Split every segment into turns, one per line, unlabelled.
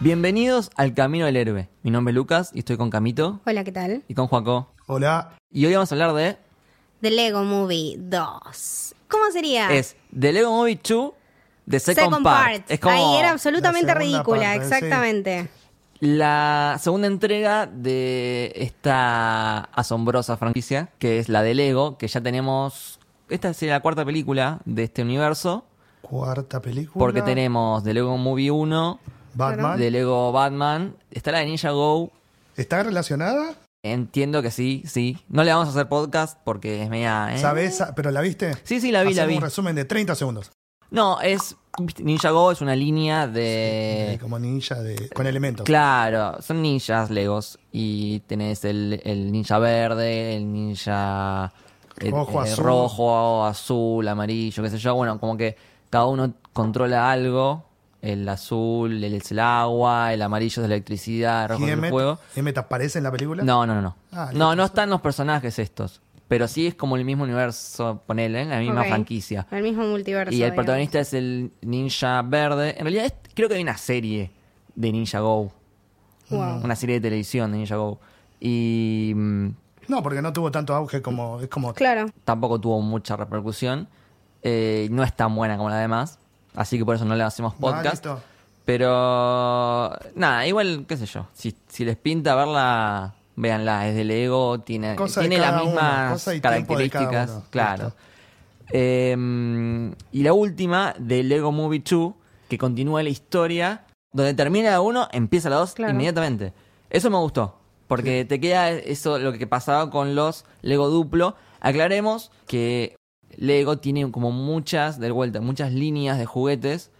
Bienvenidos al Camino del Héroe. Mi nombre es Lucas y estoy con Camito
Hola, ¿qué tal?
y con Juaco.
Hola.
Y hoy vamos a hablar de...
The Lego Movie 2. ¿Cómo sería?
Es The Lego Movie 2, The Second,
Ah. Second
Part.
Part.
Es como
Ahí era absolutamente
La segunda
ridícula,
parte, sí.
exactamente.
la segunda entrega de esta asombrosa franquicia, que es la de Lego, que ya tenemos... Esta sería la cuarta película de este universo,
Cuarta película.
porque tenemos The Lego Movie 1,
Batman.
The Lego Batman, está la de Ninja Go,
¿Está relacionada?
Entiendo que sí, sí. No le vamos a hacer podcast porque es media. ¿eh?
¿Sabes? ¿Pero la viste?
Sí, sí, la vi, la
Hacemos
vi.
un resumen de 30 segundos.
No, es. Ninja Go es una línea de.
Eh, como ninja de, con elementos.
Claro, son ninjas Legos. Y tenés el, el ninja verde, el ninja. eh,
Rojo,
eh,
azul.
rojo, azul, amarillo, qué sé yo. Bueno, como que cada uno controla algo. El azul, el, es el agua, el amarillo es la electricidad, el rojo
¿Y
es el
Emmet?
fuego.
¿Emmet aparece en la película?
No, no, no. No,
Ah, listo.
no, no están los personajes estos. Pero sí es como el mismo universo, ponele, en la misma
Ok.
franquicia.
El mismo multiverso.
Y el
digamos.
protagonista es el ninja verde. En realidad es- creo que hay una serie de Ninja Go.
Wow.
Mm.
Una serie de televisión de Ninja Go. Y mm,
No, porque no tuvo tanto auge como. Es como
Claro.
tampoco tuvo mucha repercusión. Eh, no es tan buena como la demás. Así que por eso no le hacemos podcast.
Ah, listo.
pero nada, igual, qué sé yo. Si, si les pinta verla, véanla. Es de Lego, tiene,
Cosa de
tiene las
cada uno,
mismas
cosa y tiempo de cada
características.
uno,
Claro.
listo.
Eh, y la última, de Lego Movie 2, que continúa la historia. Donde termina la 1, empieza la 2
Claro.
inmediatamente. Eso me gustó. Porque te queda eso, lo que pasaba con los Lego Duplo. Aclaremos que Lego tiene como muchas, de vuelta, muchas líneas de juguetes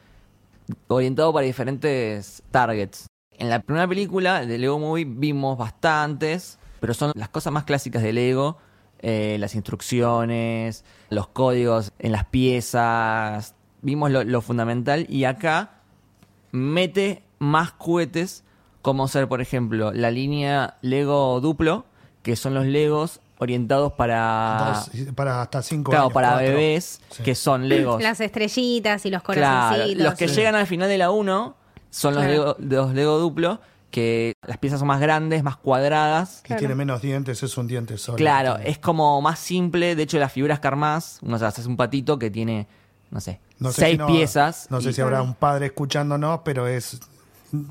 orientado para diferentes targets. En la primera película de Lego Movie vimos bastantes, pero son las cosas más clásicas de Lego, eh, las instrucciones, los códigos en las piezas, vimos lo, lo fundamental y acá mete más juguetes, como ser, por ejemplo, la línea Lego Duplo, que son los Legos orientados para...
Dos- y- para hasta
Ah.
5
claro,
años.
para
cuatro.
bebés,
Sí.
que son Legos.
Las estrellitas y los
Claro,
corazoncitos.
los que llegan al final de la 1 son los,
Claro.
Lego, los Lego Duplo, que las piezas son más grandes, más cuadradas.
Que tiene menos dientes, es un diente solo.
Claro, es como más simple. De hecho, las figuras que armás, no sé, haces un patito que tiene, no sé,
No sé
seis
si no-
piezas.
No sé
y-
si habrá un padre escuchándonos, pero es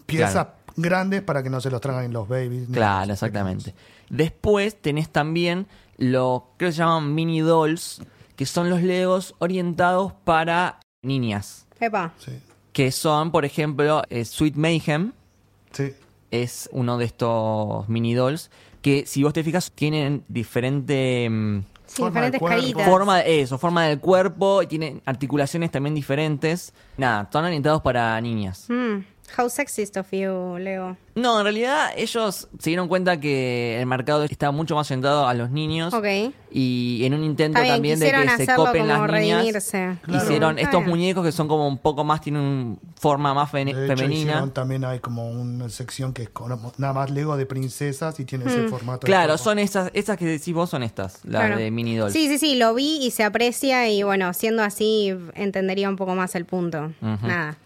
piezas
Claro.
grandes para que no se los tragan los babies. ni los
Claro,
pequeños.
exactamente. Después tenés también lo creo que se llaman mini dolls, que son los Legos orientados para niñas,
Epa.
Sí.
que son, por ejemplo, eh, Sweet Mayhem,
Sí.
es uno de estos mini dolls que si vos te fijas tienen diferente mm,
Sí,
Forma de
diferentes
cuerpo.
caritas.
forma de eso, forma del cuerpo, y tienen articulaciones también diferentes. Nada, están orientados para niñas.
Mm. How sexist of you, Leo.
No, en realidad ellos se dieron cuenta que el mercado está mucho más orientado a los niños.
Ok.
Y en un intento
Está bien,
también de
quisieron
que se
hacerlo
copen las
como
niñas,
redimirse.
Claro.
hicieron
Está
estos
bien.
muñecos que son como un poco más, tienen forma más fene-
De hecho,
femenina.
hicieron- también hay como una sección que es con- nada más Lego de princesas y tiene
Mm.
ese formato. de
Claro,
cuerpo.
son esas, esas que decís vos son estas, las
Claro.
de mini dolls.
Sí, sí, sí, lo vi y se aprecia y bueno, siendo así entendería un poco más el punto.
Ujú.
Nada.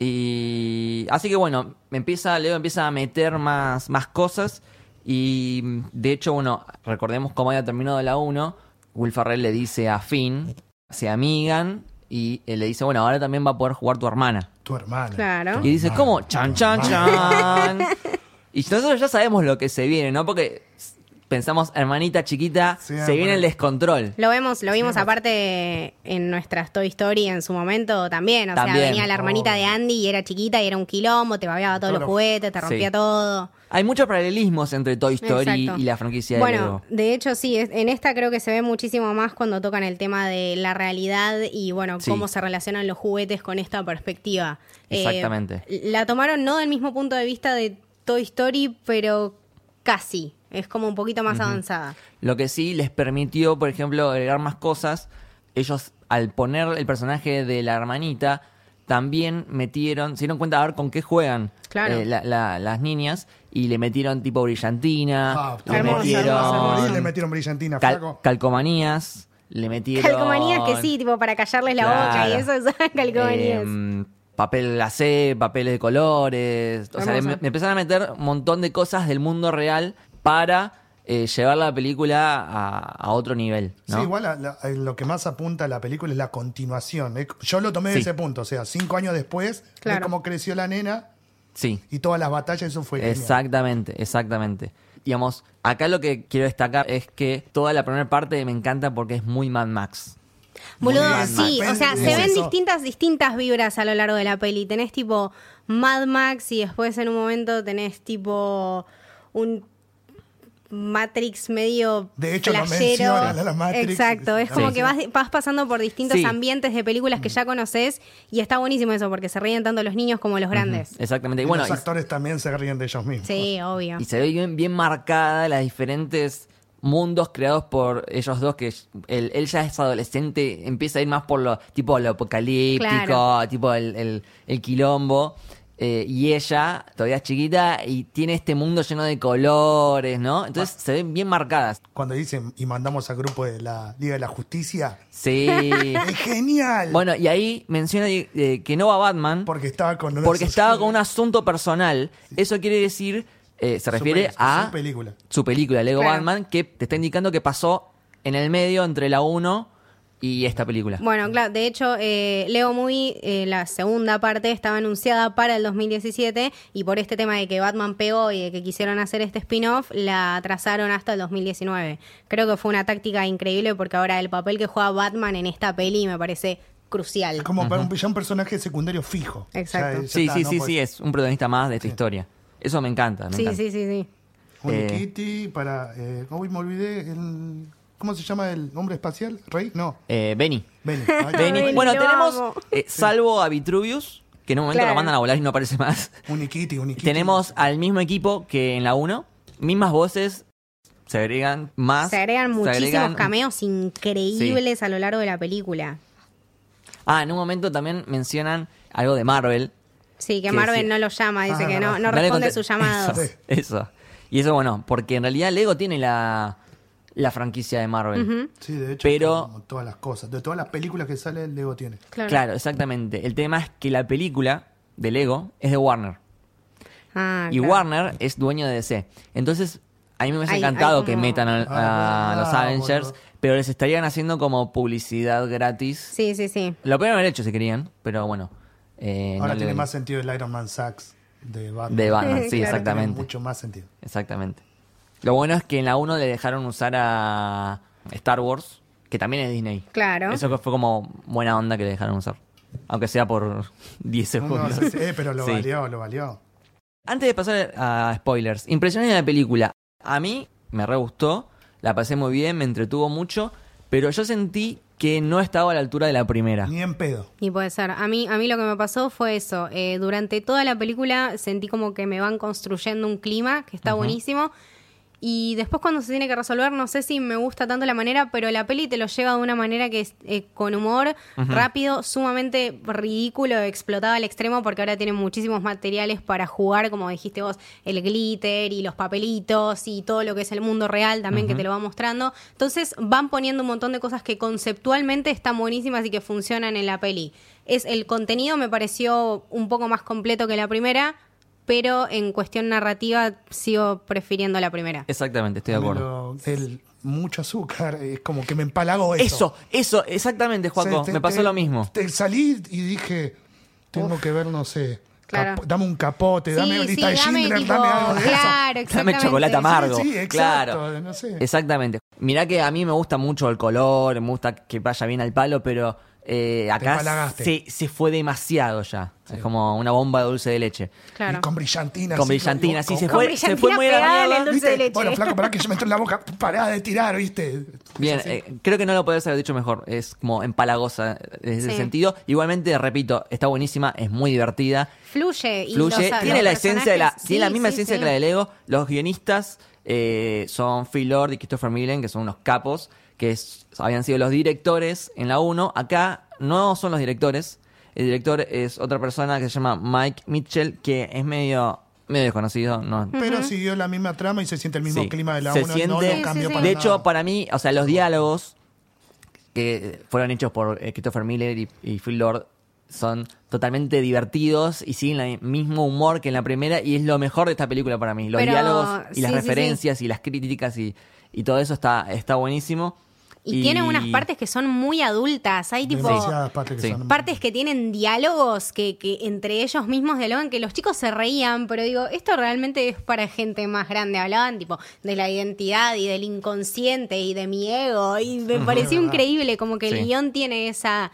Y así que bueno, me empieza, Leo empieza a meter más, más cosas. Y mm, de hecho, bueno, recordemos cómo había terminado la 1. Will Ferrell le dice a Finn, se amigan y él le dice, bueno, ahora también va a poder jugar tu hermana.
Tu hermana.
Claro.
Y dice,
Ah,
¿cómo? Chan, chan, chan. Y nosotros ya sabemos lo que se viene, ¿no? Porque s- pensamos, hermanita chiquita, se
Sí,
viene
hermano.
el descontrol.
Lo vemos, lo vimos aparte en nuestras Toy Story en su momento también. O
También.
sea, venía la hermanita de Andy y era chiquita y era un quilombo, te babeaba todos
Todos
los
los-
juguetes, te rompía
Sí.
todo.
Hay muchos paralelismos entre Toy Story
Exacto.
y la franquicia de Lego.
Bueno, de hecho sí, es- en esta creo que se ve muchísimo más cuando tocan el tema de la realidad y bueno,
Sí.
cómo se relacionan los juguetes con esta perspectiva. Eh,
Exactamente.
la tomaron no del mismo punto de vista de Toy Story, pero casi. Es como un poquito más avanzada.
Lo que sí les permitió, por ejemplo, agregar más cosas. Ellos, al poner el personaje de la hermanita, también metieron, se dieron cuenta a ver con qué juegan
Claro.
eh, la- la- las niñas y le metieron tipo brillantina,
Ah,
le
hermosa,
metieron
hermosa, hermosa. le metieron brillantina,
cal-
flaco.
calcomanías, le metieron
Calcomanías que sí, tipo para callarles la boca y
Claro.
Eh,
eso es calcomanías.
Em, papel glacé, papeles de colores. O sea, le-
Hermoso.
me, me empezaron a meter un montón de cosas del mundo real para eh, llevar la película a, a otro nivel. ¿no?
Sí, igual a la- a lo que más apunta a la película es la continuación. Eh, Yo lo tomé de
Sí.
ese punto, o sea, cinco años después, ves
Claro.
cómo creció la nena
Sí.
y todas las batallas, eso fue. genial.
Exactamente, exactamente. Digamos, acá lo que quiero destacar es que toda la primera parte me encanta porque es muy Mad Max.
Boludo,
Muy
sí,
Mad
o
Max.
sea,
Es
se ven
eso.
distintas, distintas vibras a lo largo de la peli. Tenés tipo Mad Max y después en un momento tenés tipo un Matrix medio
De hecho, lo
flashero.
mencionan a la Matrix.
Exacto, es
Sí.
como que
Sí.
vas, vas pasando por distintos
Sí.
ambientes de películas que ya conoces y está buenísimo eso porque se ríen tanto los niños como los grandes.
Exactamente. Y
Y
bueno,
los
y-
actores también se ríen de ellos mismos.
Sí, obvio.
Y se ve bien, bien marcada las diferentes mundos creados por ellos dos, que él, él ya es adolescente, empieza a ir más por lo tipo lo apocalíptico,
Claro.
tipo el, el- el quilombo. eh, y ella todavía es chiquita y tiene este mundo lleno de colores, ¿no? Entonces se ven bien marcadas.
Cuando dicen y mandamos al grupo de la Liga de la Justicia,
Sí.
es genial.
bueno, y ahí menciona eh, que no va Batman.
porque estaba con una
porque estaba con un asunto personal. Eso quiere decir, eh, se
Su
refiere
peli-
a
su película.
su película, Lego
Claro.
Batman, que te está indicando que pasó en el medio entre la 1 y esta película.
Bueno, claro, de hecho, eh, Lego Movie, eh, la segunda parte, estaba anunciada para el 2017 y por este tema de que Batman pegó y de que quisieron hacer este spin-off, la atrasaron hasta el 2019. Creo que fue una táctica increíble porque ahora el papel que juega Batman en esta peli me parece crucial.
Es como para un, ya un personaje secundario fijo.
Exacto.
Ya- ya
sí,
está,
sí,
no Pues
sí,
podés-
sí, es un protagonista más de esta historia. Eso me encanta, me
Sí,
encanta.
sí, sí, sí.
Hello
Eh.
Kitty, para. Eh, uy, me olvidé. El, ¿Cómo se llama el hombre espacial? ¿Rey? No.
Eh, Benny.
Benny. Ahí está.
Benny.
Benny,
Bueno,
lo amo.
tenemos, eh, salvo a Vitruvius, que en un momento
Claro.
lo mandan a volar y no aparece más.
Unikitty, Unikitty.
Tenemos al mismo equipo que en la 1, mismas voces, se agregan más.
Se agregan muchísimos
agregan-
cameos increíbles a lo largo de la película.
Ah, en un momento también mencionan algo de Marvel,
Sí, que
Que
Marvel
sí.
no lo llama, dice
Ah,
que no,
verdad.
no
Dale
responde
conte-
sus llamados.
Eso, eso. Y eso, bueno, porque en realidad Lego tiene la, la franquicia de Marvel.
Sí, de hecho.
Pero-
como todas las cosas. De todas las películas que salen, Lego tiene.
claro. exactamente. El tema es que la película de Lego es de Warner.
Ah,
Y
claro.
Warner es dueño de DC. Entonces, a mí me hubiese
Hay- hay
encantado
como-
que metan al- a,
Ah,
los
boludo.
Avengers, pero les estarían haciendo como publicidad gratis.
Sí, sí, sí.
Lo podrían haber hecho si querían, pero bueno. eh,
Ahora
no le-
tiene más sentido el Iron Man Sacks de Batman.
De Batman, sí,
Claro.
Tiene
exactamente.
mucho más sentido.
Exactamente. Lo bueno es que en la 1 le dejaron usar a Star Wars, que también es Disney.
Claro.
Eso fue como buena onda que le dejaron usar. Aunque sea por 10
No, no,
segundos.
sí, eh, pero lo
Sí.
valió, lo valió.
Antes de pasar a spoilers, impresiones de la película. A mí me re gustó, la pasé muy bien, me entretuvo mucho, pero yo sentí que no estaba a la altura de la primera.
Ni en pedo.
Y puede ser. A mí, a mí lo que me pasó fue eso. Eh, durante toda la película sentí como que me van construyendo un clima que está buenísimo. Y después cuando se tiene que resolver, no sé si me gusta tanto la manera, pero la peli te lo lleva de una manera que es eh, con humor, rápido, sumamente ridículo, explotado al extremo, porque ahora tienen muchísimos materiales para jugar, como dijiste vos, el glitter y los papelitos y todo lo que es el mundo real también que te lo va mostrando. Entonces van poniendo un montón de cosas que conceptualmente están buenísimas y que funcionan en la peli. Es el contenido me pareció un poco más completo que la primera, pero en cuestión narrativa sigo prefiriendo la primera.
Exactamente, estoy de acuerdo.
Lo- el mucho azúcar, es como que me empalago eso.
Eso, eso, exactamente, Juaco.
O sea, te-
me pasó
te-
lo mismo.
Te salí y dije, tengo que ver, no sé,
Claro.
capo- dame un capote, dame
sí, sí,
lista de
dame,
Schindler,
tipo,
dame algo de
claro,
Dame
exactamente.
chocolate amargo.
Sí, sí, exacto,
claro.
no sé.
Exactamente. Mirá que a mí me gusta mucho el color, me gusta que vaya bien al palo, pero eh, acá
empalagaste.
se, se fue demasiado ya. Es como una bomba de dulce de leche.
eso.
Claro.
Y con brillantina.
Con
así,
brillantina, sí,
con-
se
con-
fue, se
brillantina
fue muy a la
pegada en
mierda.
el dulce
¿viste?
de leche.
Bueno, flaco, pará que yo me entro en la boca, pará de tirar, ¿viste?
Bien,
Sí, sí.
eh, creo que no lo podrías haber dicho mejor. Es como empalagosa en ese
Sí.
sentido. Igualmente, repito, está buenísima, es muy divertida.
Fluye. Y
fluye.
los-
tiene
los
la esencia de la,
personajes-
tiene la
sí,
misma
sí,
esencia
sí.
que la de Lego. Los guionistas eh, son Phil Lord y Christopher Millen, que son unos capos, que es- habían sido los directores en la 1. Acá no son los directores. El director es otra persona que se llama Mike Mitchell, que es medio, medio desconocido. No,
Pero siguió la misma trama y se siente el mismo
Sí.
clima de la
Se
1, no
siente-
lo
Sí,
cambió
sí,
para
de
nada.
hecho, para mí, o sea, los diálogos que fueron hechos por eh, Christopher Miller y, y Phil Lord son totalmente divertidos y siguen el mismo humor que en la primera y es lo mejor de esta película para mí. Los
Pero,
diálogos y las
sí, sí, sí.
referencias y las críticas y, y todo eso está, está buenísimo.
Y, tiene unas partes que son muy adultas. Hay tipo
Demasiadas partes que
Sí.
son-
partes que tienen diálogos que, que entre ellos mismos dialogan, que los chicos se reían, pero digo, esto realmente es para gente más grande. Hablaban tipo de la identidad y del inconsciente y de mi ego. Y me pareció increíble, como que
Sí.
el guión tiene esa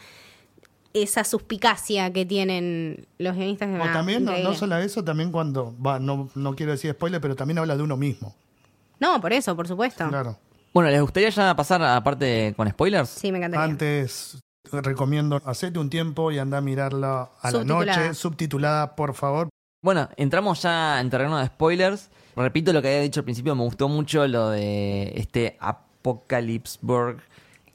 esa suspicacia que tienen los guionistas de
O también, no, no
Ah, increíble.
solo eso, también cuando, va, no, no quiero decir spoiler, pero también habla de uno mismo.
No, por eso, por supuesto.
Claro.
Bueno, ¿les gustaría ya pasar aparte con spoilers?
Sí, me encantaría.
Ah, Antes recomiendo hacerte un tiempo y anda a mirarla a la
Subtitulada.
noche, subtitulada, por favor.
Bueno, entramos ya en terreno de spoilers. Repito lo que había dicho al principio, me gustó mucho lo de este Apocalypseburg,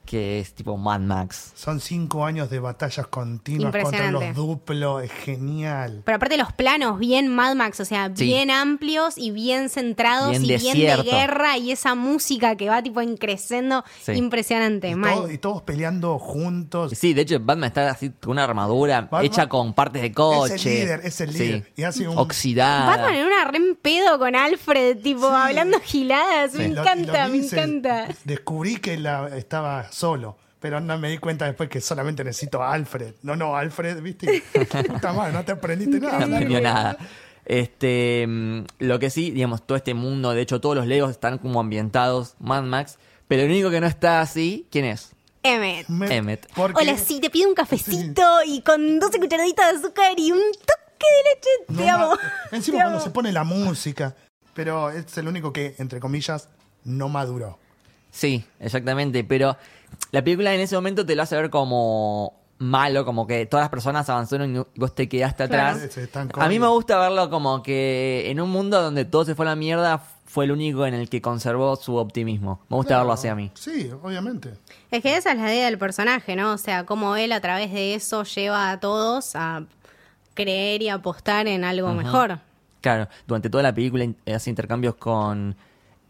que es tipo Mad Max.
Son cinco años de batallas continuas contra
Impresionante.
los duplos, es genial.
Pero aparte los planos bien Mad Max, o sea,
Sí.
bien amplios y bien centrados
Bien
y
desierto.
bien de guerra y esa música que va tipo en creciendo,
Sí.
impresionante,
Y,
mal.
todo- y todos peleando juntos.
Sí, de hecho Batman está así con una armadura
Batman
hecha con partes de coche.
Es el líder, es el líder. Y hace un-
Oxidada.
Batman en una re en pedo con Alfred, tipo
Sí.
hablando giladas, me
Y lo- y
encanta,
lo
me
dice,
encanta.
Descubrí que la, estaba solo. Pero no me di cuenta después que solamente necesito a Alfred. No, no, Alfred, ¿viste? Puta madre, no te aprendiste nada.
no aprendió
Increíble.
nada. Este, mm, lo que sí, digamos, todo este mundo, de hecho todos los Legos están como ambientados Mad Max, pero el único que no está así, ¿quién es?
Emmet.
Me-
Emmet.
porque-
Hola, sí, te pido un cafecito y con 12 cucharaditas de azúcar y un toque de leche.
no
Te
ma-
amo.
Encima
Te
cuando
amo.
se pone la música. Pero es el único que, entre comillas, no maduró.
Sí, exactamente, pero la película en ese momento te lo hace ver como malo, como que todas las personas avanzaron y vos te quedaste
Claro.
atrás.
Sí, sí, tan
A mí me
corrido.
gusta verlo como que en un mundo donde todo se fue a la mierda, fue el único en el que conservó su optimismo. Me gusta verlo así a mí.
Sí, obviamente.
Es que esa es la idea del personaje, ¿no? O sea, cómo él a través de eso lleva a todos a creer y apostar en algo mejor.
Claro, durante toda la película in- hace intercambios con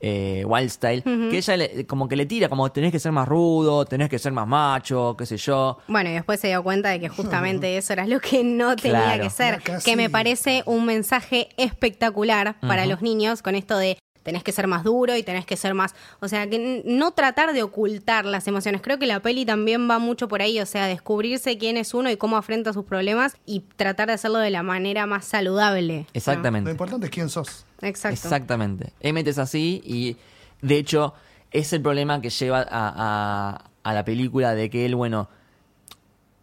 eh, Wildstyle, que ella le- como que le tira, como tenés que ser más rudo, tenés que ser más macho, qué sé yo.
Bueno, y después se dio cuenta de que justamente eso era lo que no tenía
Claro.
que ser.
Era casi-
Que me parece un mensaje espectacular para los niños con esto de tenés que ser más duro y tenés que ser más... O sea, que n- no tratar de ocultar las emociones. Creo que la peli también va mucho por ahí, o sea, descubrirse quién es uno y cómo afrenta sus problemas y tratar de hacerlo de la manera más saludable. ¿no?
Exactamente.
Lo importante es quién sos.
Exacto.
Exactamente. Emmet es así y de hecho es el problema que lleva a, a- a la película de que él, bueno,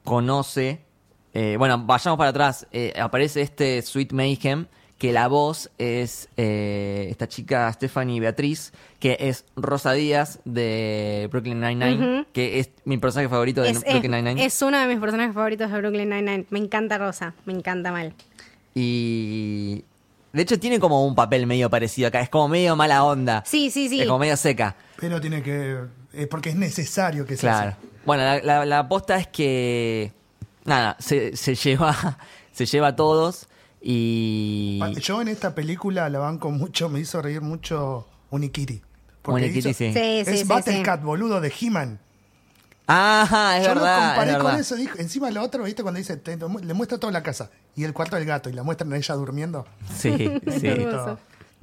conoce... eh, bueno, vayamos para atrás. eh, aparece este Sweet Mayhem que la voz es eh, esta chica Stephanie Beatriz, que es Rosa Díaz de Brooklyn Nine-Nine, que es mi personaje favorito de
Es, es-
Brooklyn Nine-Nine.
es uno de mis personajes favoritos de Brooklyn Nine-Nine. Me encanta Rosa, me encanta mal.
Y... De hecho tiene como un papel medio parecido acá, es como medio mala onda.
Sí, sí, sí.
Es como medio seca.
Pero tiene que. Es porque es necesario que sea
Claro. Bueno, la, la, la aposta es que. Nada, se, se lleva. Se lleva a todos. Y.
así. Yo en esta película la banco mucho, me hizo reír mucho Unikiri. Porque
Unikiri, sí.
Sí, sí,
es
sí, sí.
Battlecat, boludo, de He-Man.
Ajá, es
Yo
verdad.
lo comparé
es
con
verdad.
eso. Dijo, encima lo otro, ¿viste? Cuando dice, te- le muestra toda la casa. Y el cuarto del gato. Y la muestran a ella durmiendo.
Sí, sí.
hermoso.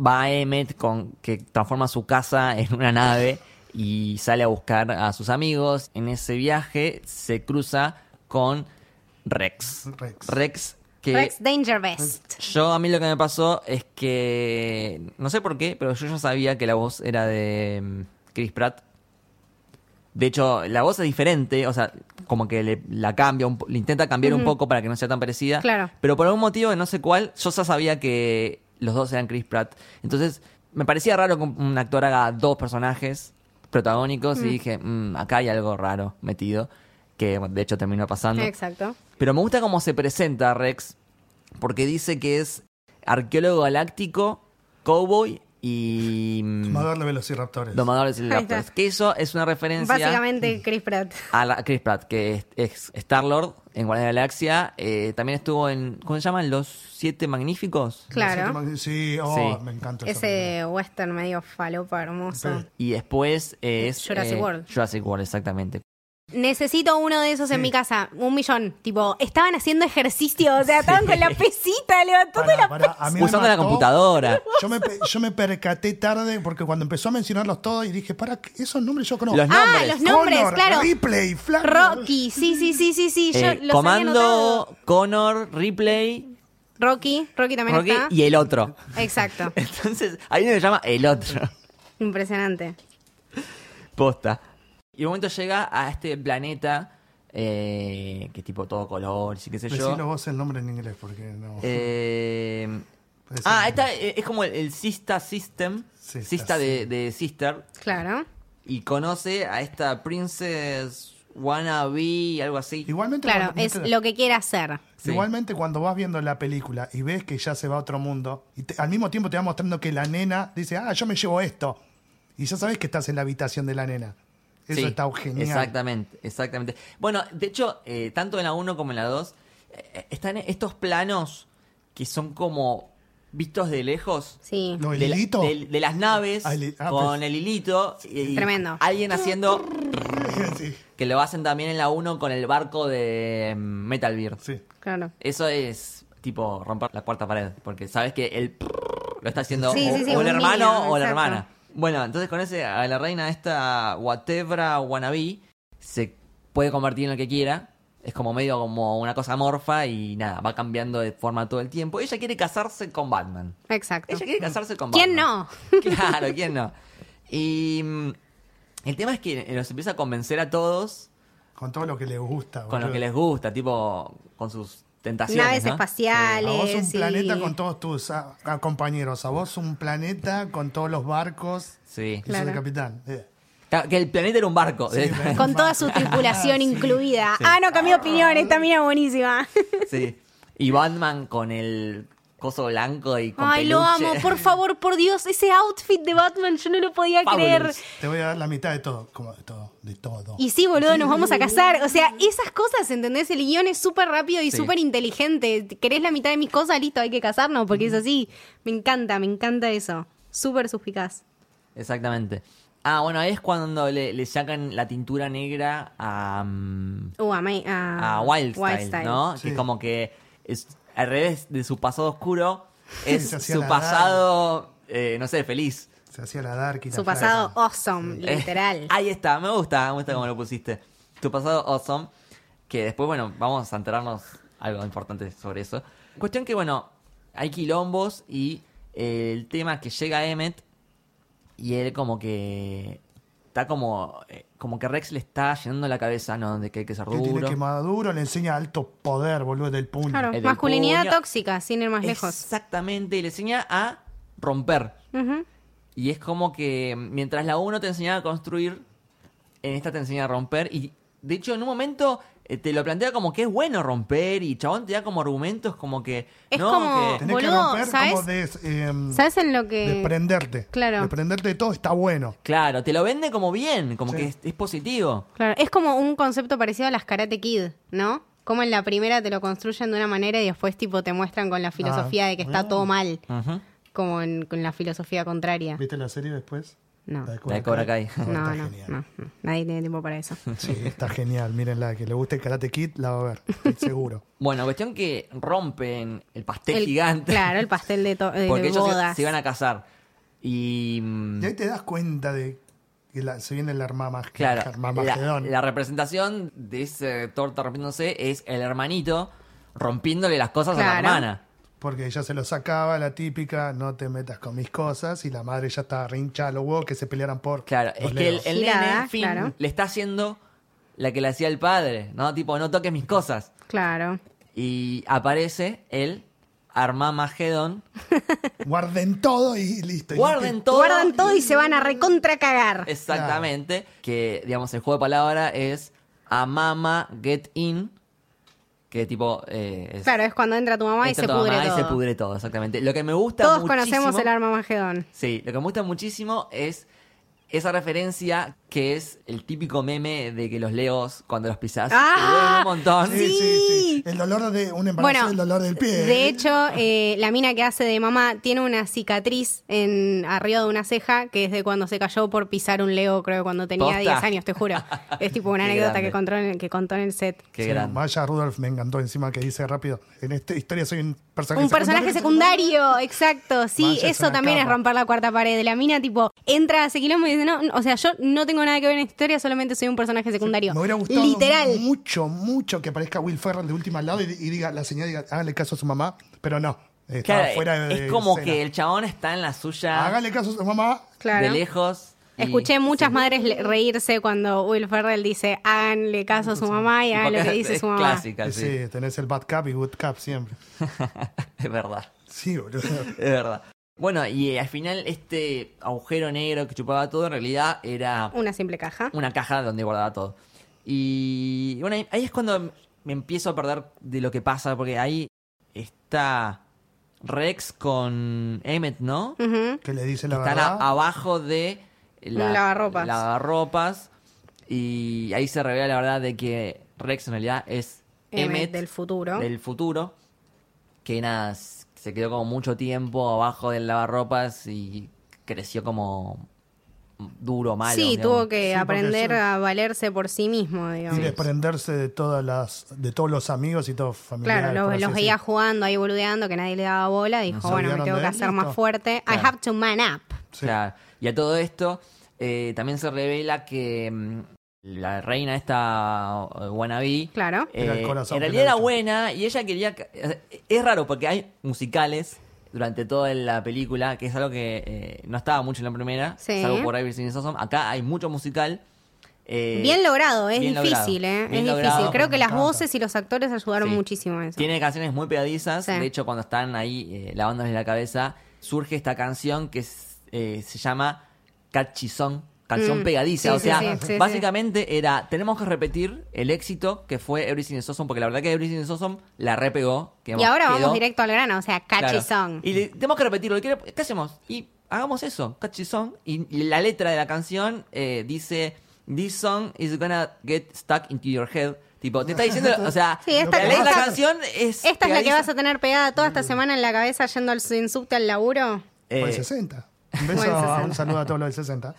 Va Emmet con que transforma su casa en una nave y sale a buscar a sus amigos. En ese viaje se cruza con Rex.
Rex.
Rex que
Rex Danger Best.
Yo a mí lo que me pasó es que no sé por qué, pero yo ya sabía que la voz era de mm, Chris Pratt. De hecho, la voz es diferente, o sea, como que le, la cambia, un po- le intenta cambiar un poco para que no sea tan parecida.
Claro.
Pero por algún motivo, no sé cuál, yo ya sabía que los dos eran Chris Pratt. Entonces, me parecía raro que un un actor haga dos personajes protagónicos y dije, "Mm, acá hay algo raro metido, que bueno, de hecho terminó pasando.
Exacto.
Pero me gusta cómo se presenta Rex, porque dice que es arqueólogo galáctico, cowboy y mm,
Domador de velociraptores.
domador de
Ahí
Velociraptors.
está.
Que eso es una referencia
Básicamente Chris Pratt.
a la- a Chris Pratt, que es, Star Lord en Guardianes de la Galaxia. eh, también estuvo en, ¿cómo se llaman? Los Siete Magníficos.
Claro.
Sí, oh,
Sí.
me encanta. esa película.
Ese western medio falopa hermoso.
Sí.
Y después es...
Jurassic World.
Jurassic World, exactamente.
necesito uno de esos en mi casa, un millón. Tipo, estaban haciendo ejercicio, o sea, estaban con la pesita, levantando
Pará,
la
pará, a mí me
Usando la
mató.
computadora.
Yo me, pe- yo me percaté tarde porque cuando empezó a mencionarlos todos y dije, para, ¿qué- esos nombres yo conozco.
Los
Ah,
nombres.
los nombres,
Connor,
claro.
Ripley, Flaco.
Rocky, sí, sí, sí, sí, sí. Yo
Eh,
los había anotado.
comando, Connor, Ripley,
Rocky, Rocky también
Rocky
está.
y el otro.
Exacto.
Entonces, hay uno que se llama el otro.
Impresionante.
Posta. Y de momento llega a este planeta eh, que es tipo todo color, sí qué sé yo.
Decilo vos el nombre en inglés porque no.
Eh,
Puede ser.
ah, esta eh, es como el, el Sista System.
Sista,
Sista de, de Sister.
Claro.
Y conoce a esta Princess Wannabe, algo así.
Igualmente,
Claro,
cuando,
es lo que quiera hacer.
Sí.
igualmente cuando vas viendo la película y ves que ya se va a otro mundo, y te- al mismo tiempo te va mostrando que la nena dice, ah, yo me llevo esto. Y ya sabes que estás en la habitación de la nena. Eso
Sí,
está genial.
Exactamente, exactamente. Bueno, de hecho, eh, tanto en la 1 como en la 2, eh, están estos planos que son como vistos de lejos.
Sí.
No, el
de, la-
hilito.
de- de las naves
Ah, el- ah,
con
pues.
el hilito. y- y
Tremendo.
Alguien haciendo.
sí,
Que lo hacen también en la 1 con el barco de mm, Metal Gear.
sí.
Claro.
Eso es tipo romper la cuarta pared. Porque sabes que el lo está haciendo
Sí,
o,
sí, sí,
o
un
el hermano
niño,
o la
exacto.
hermana. Bueno, entonces con ese, a la reina esta Watebra Wannabe se puede convertir en lo que quiera. Es como medio como una cosa amorfa y nada, va cambiando de forma todo el tiempo. Ella quiere casarse con Batman.
Exacto. Mm.
Ella quiere casarse con
¿Quién
Batman. Claro, ¿quién no? Y mm, el tema es que eh, los empieza a convencer a todos
Con todo lo que les gusta.
con lo
boludo.
que les gusta, tipo con sus tentaciones.
Naves
¿no?
A
espaciales.
vos un
y-
planeta con todos tus ah, ah, compañeros. A vos un planeta con todos los barcos.
Sí.
Y sos el
Claro.
capitán. Eh.
Claro, Que el planeta era un barco.
Sí,
directamente.
Con toda su tripulación incluida. Ah, no, cambió de opinión, esta mina buenísima.
Sí. Y Batman con el coso blanco y con
Ay, lo
peluche.
amo, por favor, por Dios, ese outfit de Batman, yo no lo podía
Fabulous.
creer.
Te voy a dar la mitad de todo. Como de todo. De todo.
Y sí, boludo, nos vamos a casar. O sea, esas cosas, ¿entendés? El guión es súper rápido y
Sí.
súper inteligente. ¿Querés la mitad de mis cosas? Listo, hay que casarnos, porque es así. Me encanta, me encanta eso. Súper suspicaz.
Exactamente. Ah, bueno, ahí es cuando le, le sacan la tintura negra a, mm,
Uh, amé- a,
a Ah, Wild, Style,
Style.
¿no?
Sí.
Que como que es al revés de su pasado oscuro, es
se hacía
su
la
pasado, eh, no sé, feliz.
Se hacía la dark y la
Su
flaca.
pasado oh. awesome,
Eh,
literal.
ahí está, me gusta, me gusta como lo pusiste. Tu pasado awesome, que después, bueno, vamos a enterarnos algo importante sobre eso. Cuestión que, bueno, hay quilombos y eh, el tema que llega Emmet y él como que está como eh, como que Rex le está llenando la cabeza, ¿no? De que hay que ser
Que tiene
duro.
quemadura, le enseña alto poder, boludo, del puño.
Claro,
el del
masculinidad
puño.
tóxica, sin ir más lejos.
Exactamente, y le enseña a romper.
Ujú.
Y es como que mm, mientras la 1 te enseñaba a construir, en esta te enseña a romper. Y de hecho, en un momento eh, te lo plantea como que es bueno romper. Y chabón te da como argumentos como que.
Es
no,
como-
que-
Tenés que
Boludo,
romper
¿sabes?
como des, em,
¿Sabes en lo que...?
desprenderte.
Claro.
Desprenderte de todo está bueno.
Claro, te lo vende como bien, como
Sí.
que es, es positivo.
Claro, es como un concepto parecido a las Karate Kid, ¿no? Como en la primera te lo construyen de una manera y después tipo te muestran con la filosofía de que está todo mal,
Ujú.
como en- con la filosofía contraria.
¿Viste la serie después?
No.
La de Cobra Kai.
Oh,
No,
está
no,
genial.
no, no. Nadie tiene tiempo para eso.
Sí, está genial. Mírenla, que le guste el Karate Kid, la va a ver, estoy seguro.
Bueno, cuestión que rompen el pastel
El-
gigante.
Claro, el pastel de, to- eh, de
Porque ellos se-
bodas.
se iban a casar. Y. mm,
Y ahí te das cuenta de que la- se viene la arma más que
Claro, la,
Armamagedón.
la representación de ese torta rompiéndose es el hermanito rompiéndole las cosas a la
Claro.
hermana.
Porque ella se lo sacaba, la típica, no te metas con mis cosas, y la madre ya estaba rincha a los huevos que se pelearan por.
Claro,
los
es que el,
leos.
el
Girada,
nene, Finn,
claro.
le está haciendo la que le hacía el padre, ¿no? Tipo, no toques mis cosas.
Claro.
Y aparece el Armamagedón.
Guarden todo y listo. y
Guarden
no
todo.
Guardan todo y se van a recontra cagar.
Exactamente. Que, digamos, el juego de palabra es Amama Get In. Que tipo. eh, es-
Claro, es cuando entra tu mamá y
entra
se
tu
pudre
mamá
todo.
y se pudre todo, exactamente. Lo que me gusta
Todos
muchísimo-
conocemos el arma Magedón.
Sí, lo que me gusta muchísimo es esa referencia que es el típico meme de que los leos cuando los pisás
¡Ah!
duelen un montón.
Sí.
El dolor de un embarazo
Bueno,
es el dolor del pie.
de hecho, eh, la mina que hace de mamá tiene una cicatriz en arriba de una ceja que es de cuando se cayó por pisar un leo, creo, cuando tenía
Posta.
10 años, te juro. Es tipo una
Qué
anécdota
grande.
que contó, en el, que contó en el set.
Qué
Sí,
grande.
Maya Rudolph me encantó encima que dice rápido. En esta historia soy un personaje
Un personaje secundario, exacto. Sí,
Vaya, es
eso
una
también es
capa.
romper la cuarta pared. La mina, tipo, entra hace quilombo y dice, no, no, o sea, yo no tengo nada que ver en esta historia, solamente soy un personaje secundario.
Me hubiera gustado
Literal.
mucho, mucho que aparezca Will Ferrell de última al lado y, y diga, la señora diga, hágale caso a su mamá, pero no. Estaba
Claro,
fuera de
es como
escena.
que el chabón está en la suya
Hágale caso a su mamá.
de lejos. y-
Escuché muchas madres le- reírse cuando Will Ferrell dice, háganle caso a su mamá y hagan lo que
porque
dice
es
su mamá.
clásica,
Sí.
sí.
tenés el bad cap y good cap siempre.
es verdad.
Sí, boludo.
Es verdad. Bueno, y al final este agujero negro que chupaba todo en realidad era
Una simple caja.
una caja donde guardaba todo. Y bueno, ahí- ahí es cuando me empiezo a perder de lo que pasa, porque ahí está Rex con Emmett, ¿no?
Ujú.
Que le dice la
Están
verdad.
a- abajo de la,
Lavarropas.
lavarropas, Y ahí se revela la verdad de que Rex en realidad es
Emmett
Emmett
Eh, del futuro.
Del futuro. Que nada, s- se quedó como mucho tiempo abajo del lavarropas y creció como duro, malo.
sí,
digamos.
tuvo que
Sí, porque
aprender
eso-
a valerse por sí mismo,
y
digamos.
desprenderse de todas las, de todos los amigos y todos familiares.
Claro, los,
por así
los
decir.
veía jugando ahí boludeando, que nadie le daba bola. Dijo,
se
bueno, me
olvidaron
tengo
de
que
él,
hacer más
listo".
fuerte. I
Claro.
have to man up.
Sí.
Claro. Y a todo esto eh, también se revela que mm, la reina esta eh, wannabe eh,
Claro.
Era el corazón
en
que
realidad era
le lucha.
buena y ella quería... ca- eh, Es raro porque hay musicales durante toda la película, que es algo que eh, no estaba mucho en la primera,
Sí.
salvo por Everything is Awesome. Acá hay mucho musical. eh,
Bien logrado, es
bien
difícil,
logrado,
¿eh?
bien
Es
logrado.
difícil. Creo que
Me
las
encanta.
voces y los actores ayudaron
Sí.
muchísimo a eso.
Tiene canciones muy pegadizas.
Sí.
De hecho, cuando están ahí eh, lavándoles la cabeza, surge esta canción que es, eh, se llama Catchy Song, canción
Mm.
pegadiza.
Sí,
o
sí,
sea,
sí, sí,
básicamente era, tenemos que repetir el éxito que fue Everything is Awesome, porque la verdad que Everything is Awesome la repegó. que
Y ahora
quedó-
vamos directo al grano, o sea, catchy
Claro.
song.
Y le- tenemos que repetirlo. ¿Qué, qué hacemos? Y hagamos eso, catchy song. Y, y la letra de la canción eh, dice, this song is gonna get stuck into your head. Tipo, te está diciendo, o sea,
Sí, esta-
la letra de
esta-
la canción es...
Esta es la que
pegadiza.
vas a tener pegada toda
Mm.
esta semana en la cabeza yendo al en subte al laburo.
Por el
Eh,
60. Un
Por el
beso,
60.
un saludo a todos los del 60.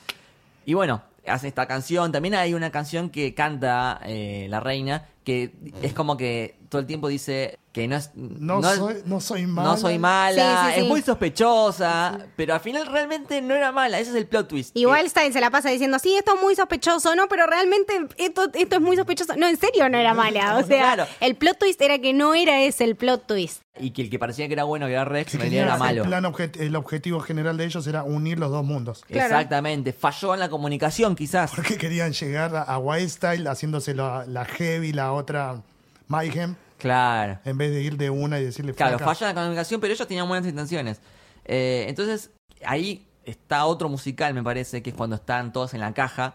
Y bueno, hace esta canción. También hay una canción que canta eh, la reina, que es como que todo el tiempo dice que no es...
No, soy, no soy
no
mala.
soy mala,
Sí, sí, sí.
es muy sospechosa, pero al final realmente no era mala, ese es el plot twist.
Y Wildstein se la pasa diciendo, sí, esto es muy sospechoso, no, pero realmente esto, esto es muy sospechoso. No, en serio no era mala. O sea,
Claro.
el plot twist era que no era ese el plot twist.
Y que el que parecía que era bueno, que era Rex,
Sí,
en realidad era
el
malo.
plan objet- el objetivo general de ellos era unir los dos mundos.
Claro.
Exactamente, falló en la comunicación quizás.
Porque querían llegar a, a Wildstyle haciéndose la, la heavy, la otra Mayhem,
Claro,
en vez de ir de una y decirle
claro,
flaca.
falló en la comunicación, pero ellos tenían buenas intenciones. Eh, entonces, ahí está otro musical, me parece, que es cuando están todos en la caja.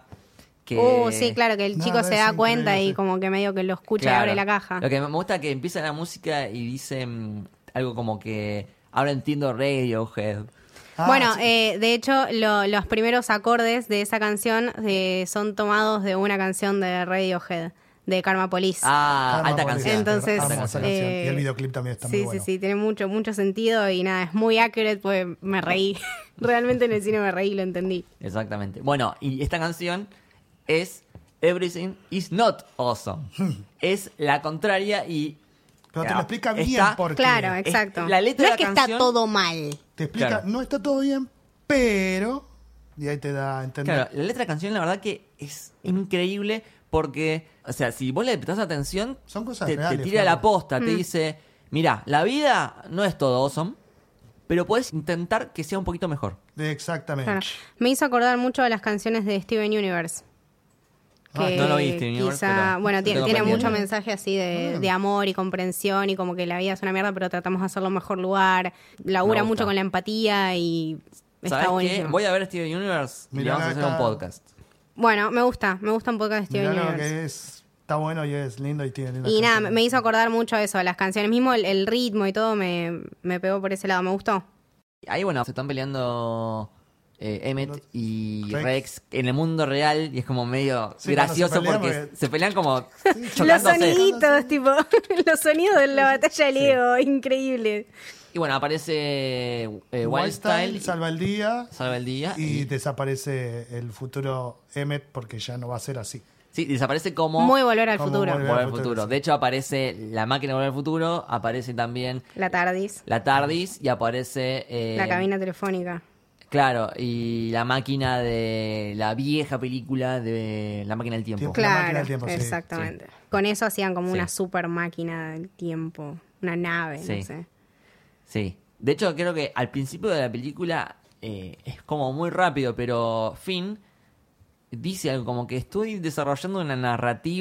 Que...
Uh, sí, claro, que el
No,
chico
no,
se
es
da cuenta
increíble,
y
sí.
como que medio que lo escucha y
Claro.
abre la caja.
Lo que me gusta es que empieza la música y dicen algo como que ahora entiendo Radiohead.
Ah,
bueno,
sí.
eh, de hecho, lo- los primeros acordes de esa canción eh, son tomados de una canción de Radiohead, de Karma Police.
Ah,
Karma
alta
Police.
canción.
Entonces,
alta
Amo esa
canción.
canción.
eh,
y el videoclip también está
Sí,
muy bueno.
sí, sí, tiene mucho, mucho sentido y nada, es muy accurate, pues me reí. Realmente en el cine me reí, lo entendí.
Exactamente. Bueno, y esta canción es Everything is not awesome. es la contraria y. ah,
Pero te lo explica bien
está-
por qué.
Claro,
es-
exacto.
la letra
no
de
es que
la
está
canción-
todo mal.
Te explica,
Claro.
no está todo bien, pero... Y ahí te da a entender.
Claro, la letra de la canción, la verdad que es increíble porque, o sea, si vos le prestás atención,
Son cosas
te, te
reales,
tira
Flavio.
la posta,
Mm.
te dice: Mira, la vida no es todo awesome, pero puedes intentar que sea un poquito mejor.
Exactamente.
Claro. Me hizo acordar mucho de las canciones de Steven Universe.
Ah, no lo vi, Steven Universe,
quizá-
pero
bueno,
lo
tiene,
tengo pendiente.
tiene
Ah.
mucho mensaje así de,
Mm.
de amor y comprensión y como que la vida es una mierda, pero tratamos de hacerlo un mejor lugar.
Me
Labura
gusta.
mucho con la empatía y
¿Sabés
está
qué?
buenísimo.
Voy a ver Steven Universe y le
Mirá
vamos a hacer un
acá.
podcast.
Bueno, me gusta, me gusta un poco de Steven
Mirá lo
Universe.
que es, está bueno y es lindo y tiene lindas
Y nada, me
canciones.
me hizo acordar mucho eso, a las canciones. Mismo el, el ritmo y todo me, me pegó por ese lado, me gustó.
Ahí, bueno, se están peleando eh, Emmett y
Rex.
Rex. en el mundo real y es como medio
Sí, cuando se
gracioso
pelean,
porque
porque-
se pelean como
Los
chocándose.
soniditos, tipo, los sonidos de la batalla de Lego, increíble.
Y bueno, aparece eh, Wild
Wild
Style,
Style salva el día
salva el día
y
y,
desaparece el futuro Emmet porque ya no va a ser así.
sí, desaparece como
Muy volver al
Como
futuro.
volver-
Volver al
al futuro,
futuro.
sí.
De hecho, aparece la máquina de Volver al Futuro, aparece también
La tardis.
la TARDIS y aparece... eh,
La cabina telefónica.
Claro, y la máquina de la vieja película de La máquina del tiempo.
Tiempo. La máquina
Claro,
del tiempo, sí,
exactamente. Con eso hacían como
Sí.
una super máquina del tiempo, una nave,
Sí.
no sé.
Sí. De hecho, creo que al principio de la película eh, es como muy rápido, pero Finn dice algo como que estoy desarrollando una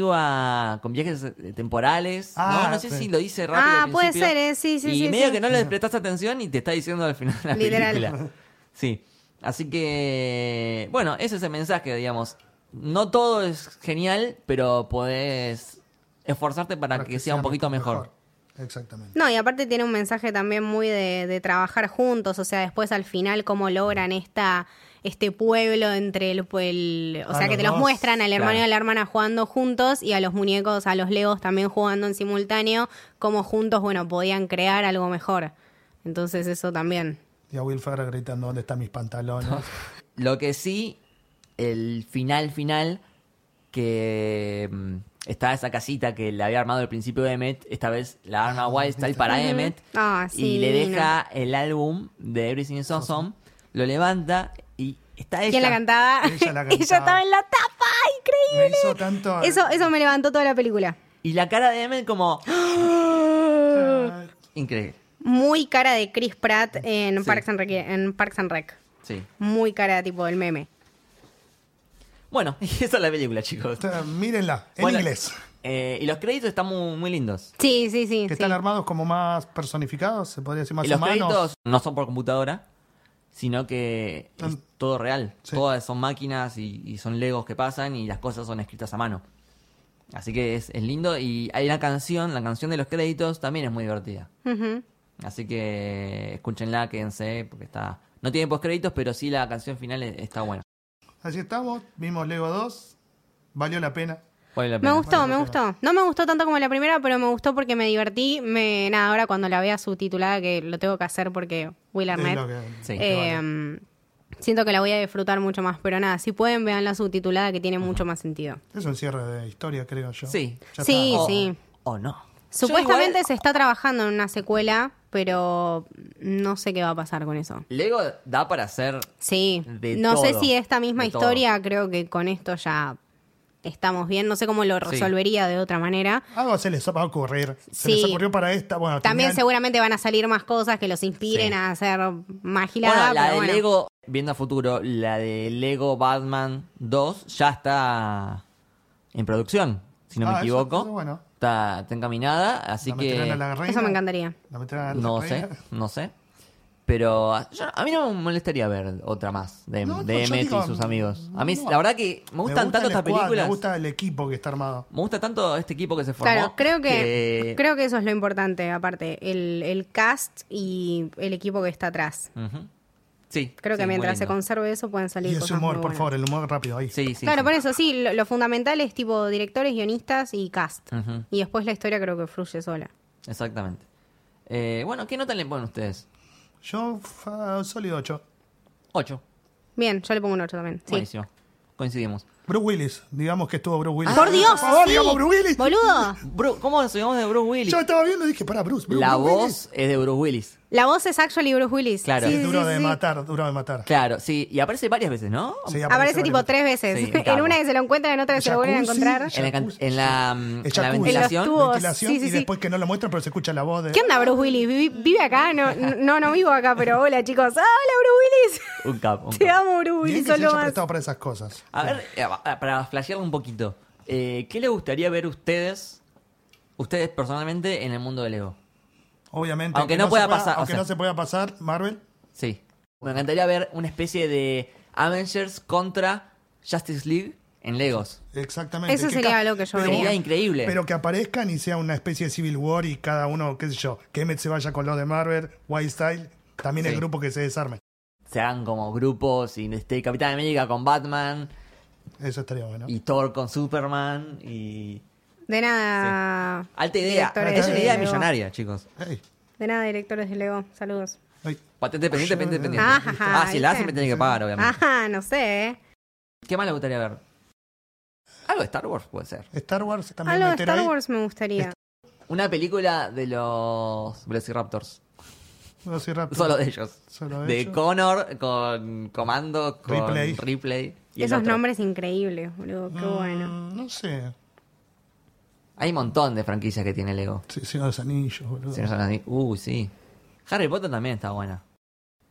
narrativa con viajes eh, temporales.
Ah,
no, no sé
sí.
si lo dice rápido.
Ah,
al
puede
principio.
ser, eh, sí, sí,
y
sí,
medio
sí.
que no le prestaste atención y te está diciendo al final de la
Literal.
película. Sí. Así que, bueno, ese es el mensaje, digamos. No todo es genial, pero podés esforzarte para, que, sea, un poquito mejor.
Exactamente.
No, y aparte tiene un mensaje también muy de, de trabajar juntos, o sea, después al final cómo logran esta este pueblo entre el, el- o
A
sea, que
los
te los
dos,
muestran al hermano y
claro.
a la hermana jugando juntos y a los muñecos, a los legos también jugando en simultáneo, como juntos, bueno, podían crear algo mejor. Entonces eso también.
Y a Will Ferrell gritando, ¿dónde están mis pantalones?
Lo que sí, el final final, que mm, está esa casita que le había armado al principio de Emmet, esta vez la
Ah,
arma Wildstyle para Emmet,
Ah, sí,
y le
divino.
deja el álbum de Everything is Awesome, lo levanta y está ella.
¿Quién la cantaba?
Ella la cantaba.
estaba en la tapa,
Me
increíble.
hizo tanto...
Eso, eso me levantó toda la película.
Y la cara de Emmet como... ¡Ah! Increíble,
Muy cara de Chris Pratt en,
Sí.
Parks, and Rec, en Parks and Rec.
sí.
Muy cara tipo del meme.
Bueno, y esa es la película, chicos.
Está- Mírenla, en
Bueno,
inglés.
eh, y los créditos están muy, muy lindos.
Sí, sí, sí.
Que
sí.
están armados como más personificados, se podría decir más
y los
humanos.
créditos no son por computadora, sino que es
Mm.
todo real.
Sí.
Todas son máquinas y, y son legos que pasan y las cosas son escritas a mano. Así que es, es lindo y hay una canción, la canción de los créditos también es muy divertida.
Ujú.
Así que escúchenla, quédense, porque está... No tiene postcréditos, pero sí la canción final e- está buena.
Así estamos, vimos Lego 2, valió la pena.
Vale la
Me
pena.
gustó, me
bueno,
gustó. No me gustó tanto como la primera, pero me gustó porque me divertí. Me, nada, ahora cuando la vea subtitulada, que lo tengo que hacer porque Will
Es
Arnett.
lo que-
Sí.
lo que vale.
eh, Siento que la voy a disfrutar mucho más, pero nada, si pueden, vean la subtitulada que tiene mucho más sentido.
Es un cierre de historia, creo yo.
Sí.
Ya
Sí,
está.
O-
sí.
O no.
Supuestamente
Yo igual-
se está trabajando en una secuela, pero no sé qué va a pasar con eso.
Lego da para hacer...
Sí,
De
no sé
todo,
si esta misma
de todo.
historia, creo que con esto ya estamos bien, no sé cómo lo
Sí.
resolvería de otra manera.
Algo se les va a ocurrir. Se
Sí.
les ocurrió para esta. Bueno,
También
tenían-
seguramente van a salir más cosas que los inspiren
Sí.
a hacer más
Bueno,
gilada,
la
pero
de
bueno.
Lego, viendo a futuro, la de Lego Batman 2 ya está en producción, si no
Ah,
me
eso-
equivoco.
eso bueno.
Está, está encaminada, así
la meterán
que
a la reina.
Eso me encantaría.
La meterán a la
no sé,
reina.
no sé. Pero a, yo- a mí no me molestaría ver otra más de,
No, no,
de
yo
Emmett
digo,
y sus amigos. A mí,
no.
la verdad que me gustan
gusta
tanto
el
estas
squad,
películas.
Me gusta el equipo que está armado.
me gusta tanto este equipo que se formó.
claro, creo que,
que-
creo que eso es lo importante, aparte, el, el cast y el equipo que está atrás.
Ujú. Sí.
Creo
sí,
que
muy
mientras se
lindo.
conserve eso pueden salir
Y ese
cosas muy
humor, por
buenas.
favor, el humor rápido ahí.
Sí, sí.
claro,
sí.
por eso sí, lo, lo fundamental es tipo directores, guionistas y cast.
Ujú.
Y después la historia creo que fluye sola.
Exactamente. Eh, bueno, ¿qué nota le ponen ustedes?
Yo, fa- sólido 8.
8.
Bien, yo le pongo un 8 también. Sí.
Buenísimo. Coincidimos.
Bruce Willis, digamos que estuvo Bruce Willis. Ah,
¡Por Dios!
Por favor,
sí!
digamos Bruce Willis.
¡Boludo!
Bru- ¿Cómo nos subimos de Bruce Willis?
Yo estaba viendo y dije, para Bruce, Bruce
La
Bruce
voz
Willis.
es de Bruce Willis.
La voz es actually Bruce Willis.
Claro.
Sí,
Es
sí,
Es duro
sí,
de
sí.
matar, duro de matar.
Claro, sí. Y aparece varias veces, ¿no?
Sí,
Aparece tipo
varias
tres veces.
Sí, un
en
capo.
una que se lo encuentran, en otra que se lo vuelven a
Jacuzzi.
encontrar.
En la, can- en la, mm, en
El
la
jacuzzi.
En
ventilación.
los tubos.
Ventilación
Sí, sí,
y
sí.
después que no lo muestran, pero se escucha la voz de...
¿Qué onda, Bruce Willis? ¿Vivi- ¿Vive acá? No, no, no vivo acá, pero hola, chicos. ¡Ah, ¡Hola, Bruce Willis!
Un capo. un
Te
capo.
amo, Bruce
Bien
Willis.
que
Son
se
lo
haya
más.
prestado para esas cosas.
A ver, eh, a- para flashearlo un poquito. eh, ¿Qué le gustaría ver ustedes, ustedes personalmente, en el mundo del Lego?
Obviamente.
Aunque no pueda pasar, o
Aunque
sea-
no se pueda pasar, Marvel.
Sí. Me encantaría ver una especie de Avengers contra Justice League en Legos.
Exactamente.
Eso
Que
sería
ca-
algo que yo
pero-
Sería increíble.
Pero que aparezcan y sea una especie de Civil War y cada uno, qué sé yo, que Emmett se vaya con los de Marvel, White Style, también
Sí.
el grupo que se desarme.
se hagan como grupos y esté Capitán América con Batman
Eso estaría bueno.
y Thor con Superman y...
De nada.
Alta idea,
directores
es una
de
idea
Lego.
millonaria, chicos.
Ey,
De nada, directores de Lego. Saludos.
ey.
Patente pendiente, pendiente pendiente.
Ajá,
Ah, si la hacen me
¿viste?
tienen que pagar, obviamente.
Ajá, no sé. ¿eh?
¿Qué más le gustaría ver? Algo de Star Wars puede ser.
Star Wars también
Algo Ah, de
meter
Star
ahí.
Wars me
Este,
gustaría.
Una película de los Velociraptors.
No, sí, rápido.
Solo de ellos.
Solo
de
ellos.
Connor con Comando, con
Ripley.
Replay. y el
Esos
otro.
nombres increíbles, boludo. Qué
Mm,
bueno.
No sé.
Hay un montón de franquicias que tiene Lego.
Sí, Señor de los Anillos, boludo.
Si no son así- Uh, sí. Harry Potter también está buena.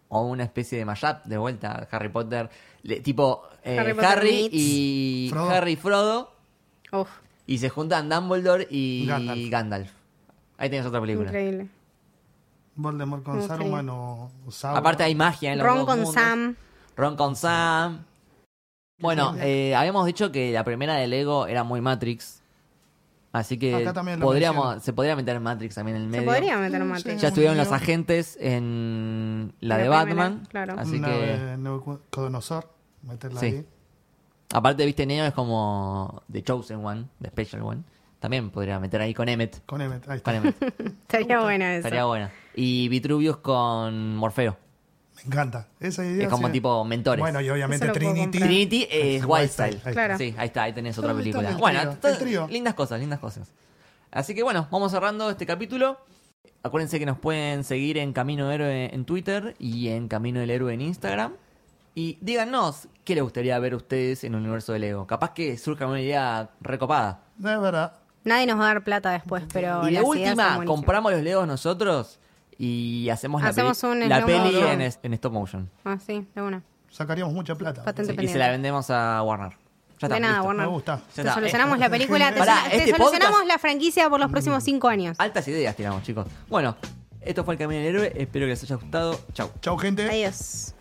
O una especie de mashup de vuelta. Harry Potter. le- tipo eh,
Harry
Harry,
Potter meets-
y
Frodo.
Harry y Frodo.
Uf,
Y se juntan Dumbledore y
Gandalf.
Gandalf. Ahí tenés otra película.
increíble.
Voldemort con
Ok.
Saruman o, o Sauron.
Aparte hay magia en los
Ron
dos
con
mundos.
Sam.
Ron con Sam. Bueno,
Sí.
eh, habíamos dicho que la primera de Lego era muy Matrix. Así que
Acá también lo mencionan.
podríamos, se podría meter en Matrix también en el
Se
medio.
podría meter un
Mm,
mate.
sí.
Ya estuvieron los
Medio.
agentes en la
La
de
primera,
Batman.
claro.
Así
Una
que.
de Nabucodonosor, meterla
Sí.
ahí.
Aparte, viste, Neo es como The Chosen One, The Special One. También podría meter ahí con Emmet.
Con Emmet, ahí está.
Con Emmet.
Estaría bueno eso.
Estaría buena. Y Vitruvius con Morfeo.
Me encanta. Esa idea.
Es como
sí.
tipo mentores.
Bueno, y obviamente
Eso lo puedo
Trinity.
comprar.
Trinity es Wildstyle.
Ahí está.
Claro.
Sí, ahí está, ahí tenés
Pero
otra
ahí está
película.
el trío,
Bueno,
el
todo-
trío.
lindas cosas, lindas cosas. Así que bueno, vamos cerrando este capítulo. Acuérdense que nos pueden seguir en Camino Héroe en Twitter y en Camino del Héroe en Instagram. Y díganos qué les gustaría ver a ustedes en el universo de Lego. Capaz que surja una idea recopada.
De verdad.
Nadie nos va a dar plata después, pero.
y de
las ideas son
última,
buenísimas.
compramos los Legos nosotros y hacemos la,
Hacemos
peli-
un
la
slow
peli
motion.
en, es- en stop motion.
Ah, sí, de una.
Sacaríamos mucha plata.
Patente
Sí, y
pendiente.
se la vendemos a Warner. Ya está,
de nada,
listo.
Warner.
Me gusta.
Ya
Te
está.
solucionamos la película, te,
Pará,
solu- te
este
solucionamos
podcast- Mm.
la franquicia por los próximos cinco años.
Altas ideas tiramos, chicos. Bueno, esto fue el Camino del Héroe. Espero que les haya gustado. Chau.
Chau, gente.
Adiós.